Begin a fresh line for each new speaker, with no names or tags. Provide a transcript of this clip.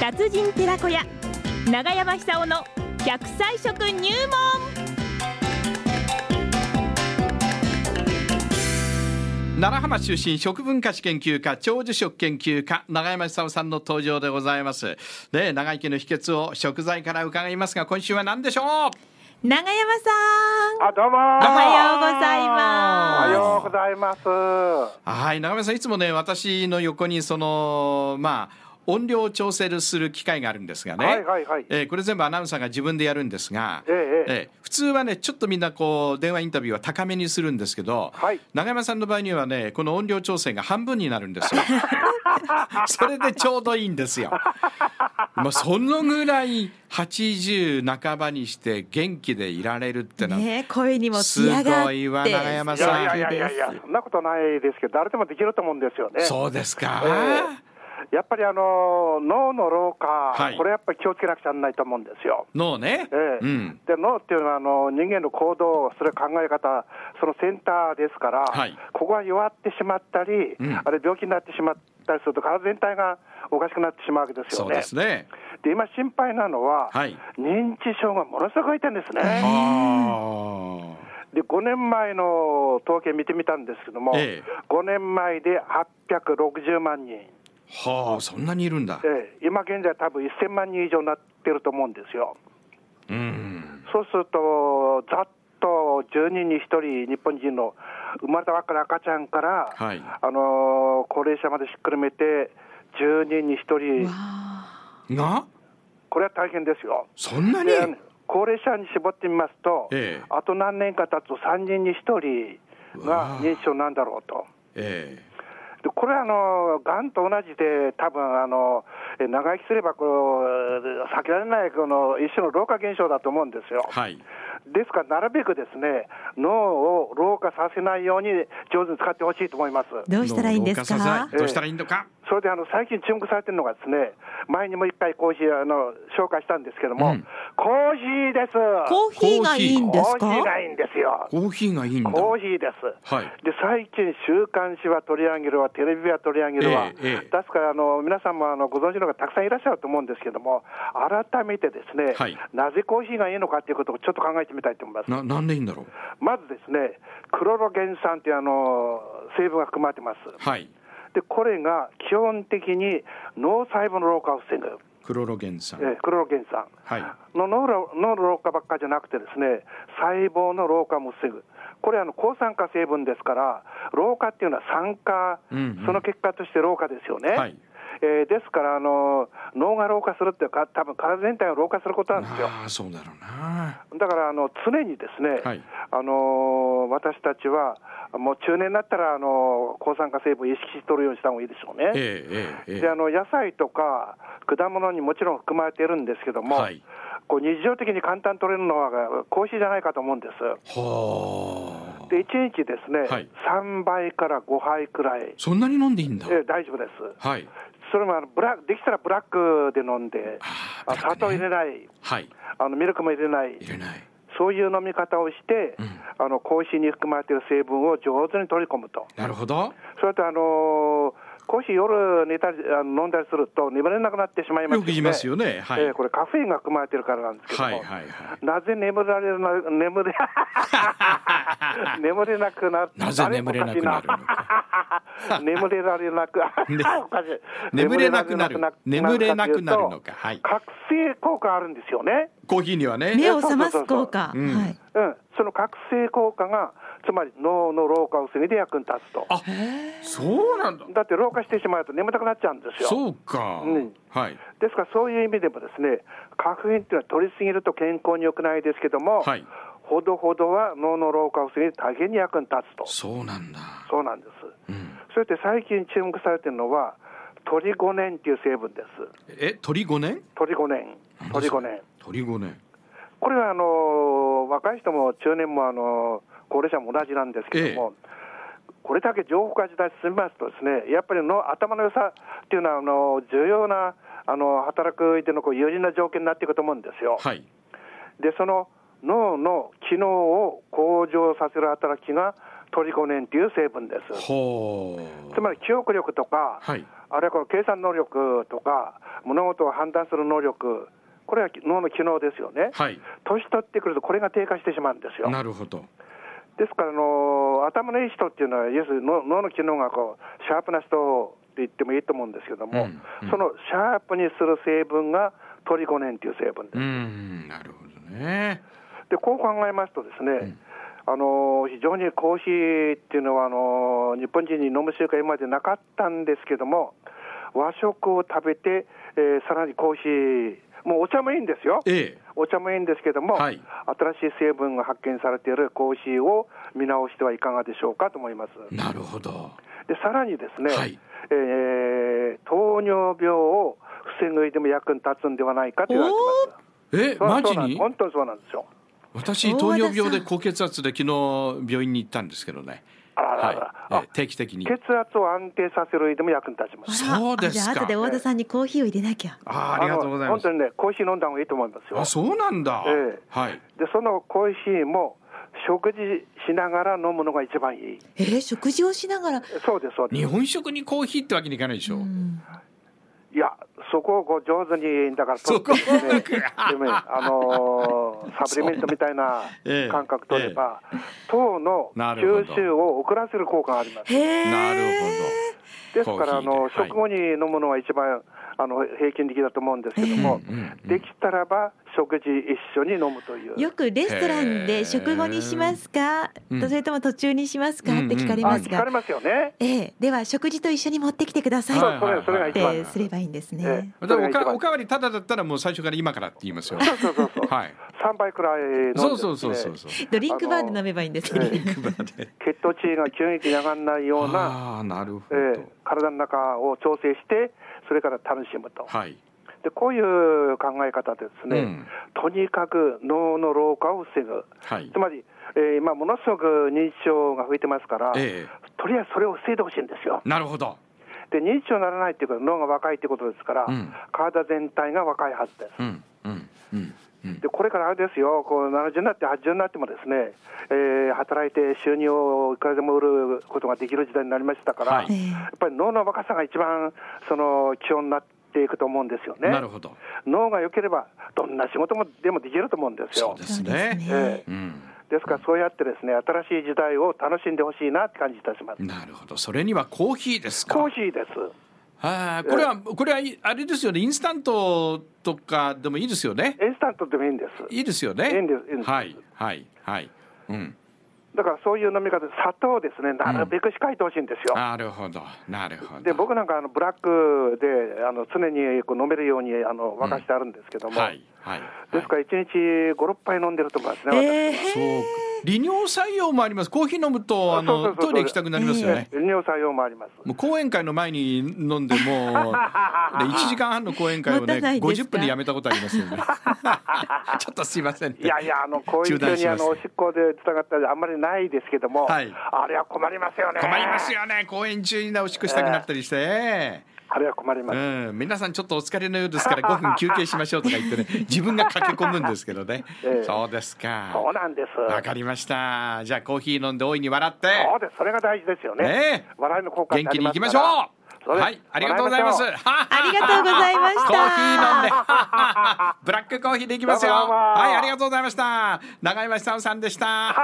達人寺子屋長山久夫の百歳食入門
奈良浜出身食文化史研究家長寿食研究家永山久夫さんの登場でございますで長生きの秘訣を食材から伺いますが今週は何でしょう
長山さん
あ、どう
お
もー。お
はようござい
は
ま
ようございます。
はい長山さんいつもね私の横にそのまあ音量を調整する機械があるんですがね、
はいはいはい
えーこれ全部アナウンサーが自分でやるんですが、
ええええ
ー普通はねちょっとみんなこう電話インタビューは高めにするんですけど、
はい
永山さんの場合にはねこの音量調整が半分になるんです よそれでちょうどいいんですよまあそのぐらい80半ばにして元気でいられるって
す
のは、
ねえ声にも艶があって
すごいわ長山
い
さん
やいやいやいやいや、そんなことないですけど、誰でもできると思うんですよね。
そうですか、
やっぱりあのー脳の老化、
はい
これやっぱり気をつけなくちゃならないと思うんですよ。
のね、
ええ
うん、
で脳っていうのはあの人間の行動、それ考え方、そのセンターですから、
はい
ここが弱ってしまったり、
うん
あれ病気になってしまったりすると、体全体がおかしくなってしまうわけです
そ
よ
う
ね。
ですね。
で今、心配なのは、
はい
認知症がものすごく増えてるんですね。
あ
で5年前の統計見てみたんですけども、
ええ
5年前で860万人、え
あ、はあ、そんなにいるんだ。
え今現在、多分1000万人以上になってると思うんですよ。
うん、
そうすると、ざっと10人に1人、日本人の生まれたばっかりの赤ちゃんから、
はい
あのー高齢者までひっくるめて、10人に1人、
が、
これは大変ですよ。
そんなに
で。あの高齢者に絞ってみますと、
ええ
あと何年か経つと3人に1人が認知症なんだろうと。
え
でこれはあの、がんと同じで、多分あのえ長生きすればこう避けられないこの一種の老化現象だと思うんですよ。
えはい。
ですから、なるべくですね脳を老化させないように上手に使ってほしいと思います。
どうしたらいいんです
老化させな
か
いどうしたらいいのか。
それであの最近注目されてるのがですね、前にも一回コーヒーあの紹介したんですけども、
うん
コーヒーです。
コーヒーがいいんです
コーヒー
か
がいいんですよ。
コーヒーがいいんだ。
コーヒーです。
はい
で最近、週刊誌は取り上げるわ、テレビは取り上げるわ、
ええええ
ですからあの皆さんもあのご存知の方、たくさんいらっしゃると思うんですけども、改めてですね、
はい
なぜコーヒーがいいのかということをちょっと考えてみたいと思います。
な、なんでいいんだろう。
まずですね、クロロゲン酸というあの成分が含まれてます。
はい。
でこれが基本的に脳細胞の老化を防ぐ、
クロロゲン酸。
えークロロゲン酸。
はい。
の脳の脳の老化ばっかじゃなくてですね、細胞の老化も防ぐ。これあの抗酸化成分ですから、老化っていうのは酸化、
うんうん
その結果として老化ですよね。
はい
えーですからあの、脳が老化するっていうか、多分体全体が老化することなんですよ。
ああ、そうだろうな。
だからあの常にですね、
はい
あのー私たちは、もう中年になったら、あのー抗酸化成分を意識して取るようにした方がいいでしょうね。
えええええ
であの野菜とか果物にもちろん含まれているんですけど
え。
も、
はい。
こう日常的に簡単に取れるのはコーヒーじゃないかと思うんです。
はあ。
で1日ですね、
はい
3杯から5杯くらい、
そんなに飲んでいいんだ。
え大丈夫です。
はい。
それもあのブラできたらブラックで飲んで、
ああ
あ砂糖入れ
い。
ない、
はい。
あのミルクも入れない、
入れない。
そういう飲み方をして、
うん
あのコーヒーに含まれている成分を上手に取り込むと。
なるほど。
それとあのーコーヒー夜寝たりあの飲んだりすると眠れなくなってしまいま
よ
す
く言いますよねはい
えーこれカフェインが含まれてるからなんですけども、
はいはいはい。
なぜ眠られな眠れ 眠れなくなる
なぜ眠れなくなるのか。
あれおかしいな眠れられな
ね眠れなく
く おかしい
なる眠れなくなるのかはい
覚醒効果あるんですよね。
コーヒーにはね。
目を覚ます効果
そうそうそうそう
はい
うん、その覚醒効果がつまり脳の老化を防ぎで役に立つと。
あ、そうなんだ。
だって老化してしまうと眠たくなっちゃうんですよ。
そうか。
うん
はい。
ですからそういう意味でもですね、カフェインっていうのは取りすぎると健康に良くないですけども、
はい
ほどほどは脳の老化を防ぎ大変に役に立つと。
そうなんだ。
そうなんです。
うん。
そして最近注目されてるのは、トリゴネンっていう成分です。
え、鳥五年？
トリゴネン。トリゴネン。
鳥五年。
これはあのー若い人も中年もあのー高齢者も同じなんですけども、これだけ情報化時代進みますとですね、やっぱりの頭の良さっていうのはあのー重要なあのー働く上でのこう有利な条件になっていくと思うんですよ。
はい。
でその脳の機能を向上させる働きがトリコネンという成分です。
ほ
つまり記憶力とか、
はい
あるいはこの計算能力とか、物事を判断する能力、これは脳の機能ですよね
う。はい
年取ってくるとこれが低下してしまうんですよ。
なるほど
ですから、あの頭のいい人っていうのは、要するに脳脳の機能がこうシャープな人って言ってもいいと思うんですけども、
うんうん
そのシャープにする成分がトリコネンという成分です。
うんなるほどね
でこう考えますとですね、あの非常にコーヒーっていうのはあの日本人に飲む習慣今までなかったんですけども和食を食べて、えーさらにコーヒーもうお茶もいいんですよ
ええ
お茶もいいんですけども、
はい
新しい成分が発見されているコーヒーを見直してはいかがでしょうかと思います
なるほど
でさらにですね、
はい
えー糖尿病を防ぐ上でも役に立つんではないかと言われてます
え
そう
マ
そう
ジ
なん
に
本当にそうなんですよ
私糖尿病で高血圧で昨日病院に行ったんですけどね
あらあらあら、
はいええ定期的に
血圧を安定させる上でも役に立ちます。
あら
そうですか
あじゃあ後で大田さんにコーヒーを入れなきゃ。
あーありがとうございま
あ
す
の本当にね、コーヒー飲んだ方がいいと思いますよ。
あそうなんだ
ええ
はい
で、そのコーヒーも食事しながら飲むのが一番いい。
えー、食事をしながら。
そうですそうです。
日本食にコーヒーってわけにいかないでしょ
うん
いや、そこをこう上手にだから取ってです
そこを
ね、 でもねあのーサプリメントみたいな
ええ
感覚取れば、糖の
なる
吸
ほど
収を遅らせる効果があります。
へえ。
なるほ
ですから
コ
あ
ー
の
ヒーではい
食後に飲むのが一番あの平均的だと思うんですけども
うんうん、うん
できたらば食事一緒に飲むという。
よくレストランで食後にしますか、
うん
それとも途中にしますか、って聞かれ
あ、
ます
聞か
が
れ、ますよね。
ええでは食事と一緒に持ってきてください
ど
っ
それそれが一
て
番
すればいいんですね。
ええ
だからお
それが一
か
番
おかわりただだったらもう最初から今からって言いますよ。
そうそう そう。
はい。
三倍くらい飲んで、ね、
そうそうそうそうそう。
ドリンクバーで飲めばいいんですね。
血糖値が急激に上がらないような、
ああなるほ
え
ど。
ー体の中を調整して、それから楽しむと。
はい。
でこういう考え方ですね、
うん
とにかく脳の老化を防ぐ。
はい
つ。まり、えー今ものすごく認知症が増えてますから、
え
とりあえずそれを防いでほしいんですよ。
えなるほど。
で認知症にならないっていうことは脳が若いってことですから、
うん
体全体が若いはずです。
うんうんうんうん。
でこれからあれですよ、こう70になって、80になってもですね、えー働いて収入をいくらでも売ることができる時代になりましたから、
はい
え
や
え
っぱり脳の若さが一番その基本になっていくと思うんですよね。
なるほど。
脳が良ければ、どんな仕事もでもできると思うんです
そ
よ
う。で
そ
す
うです
ね。
ね。
うん。
ですから、そうやってですね新しい時代を楽しんでほしいなって感じいたします。
なるほど。それにはコーヒーですか。
コーヒーです。
ああこれはこれはいあれですよね。インスタントとかでもいいですよね。
インスタントでもいいんです。
いいですよね。
いいんですいいんです
はいはいはい。うん。
だからそういう飲み方、砂糖をですね、なるべく控えてほしいんですよ。
なるほどなるほど。
で僕なんかあのブラックであの常にこう飲めるようにあの沸かしてあるんですけども、
はいはい。
ですから1日5、6杯飲んでると思いますね、
え
そう
え
利尿作用もあります。コーヒー飲むとあ
そ
の
うそうそうそ
ト
う
イレ行きたくなりますよね。
私、利尿作用もあります。
もう講演会の前に飲 んでもうで1時間半の講演会
も
をね
ったいないです
50
か
分でやめたことありますよ ね。ちょっとすいません、ね。
いやいや、あのこういう
中断
風
し
にあ
まし
の
た
おしっこでつながったりあんまりないですけども、
はい
あれは困りますよね。
困りますよね。講演中におしっこしたくなったりして。
あれは困ります。
うん、皆さんちょっとお疲れのようですから5分休憩しましょうとか言ってね自分が駆け込むんですけどね、
ええ
そうですか
そうなんです。
わかりましたじゃあコーヒー飲んで大いに笑って
そうです。それが大事ですよね。
ねえ
笑いの効果
元
に
気に
なりま
行
す
き
か
まし
ら
ょう
そうです
はいありがとうございます
笑
ありがとうございました。
コーヒー飲んで ブラックコーヒーでいきますよ
どうもどうも
はいありがとうございました長山久夫さんでした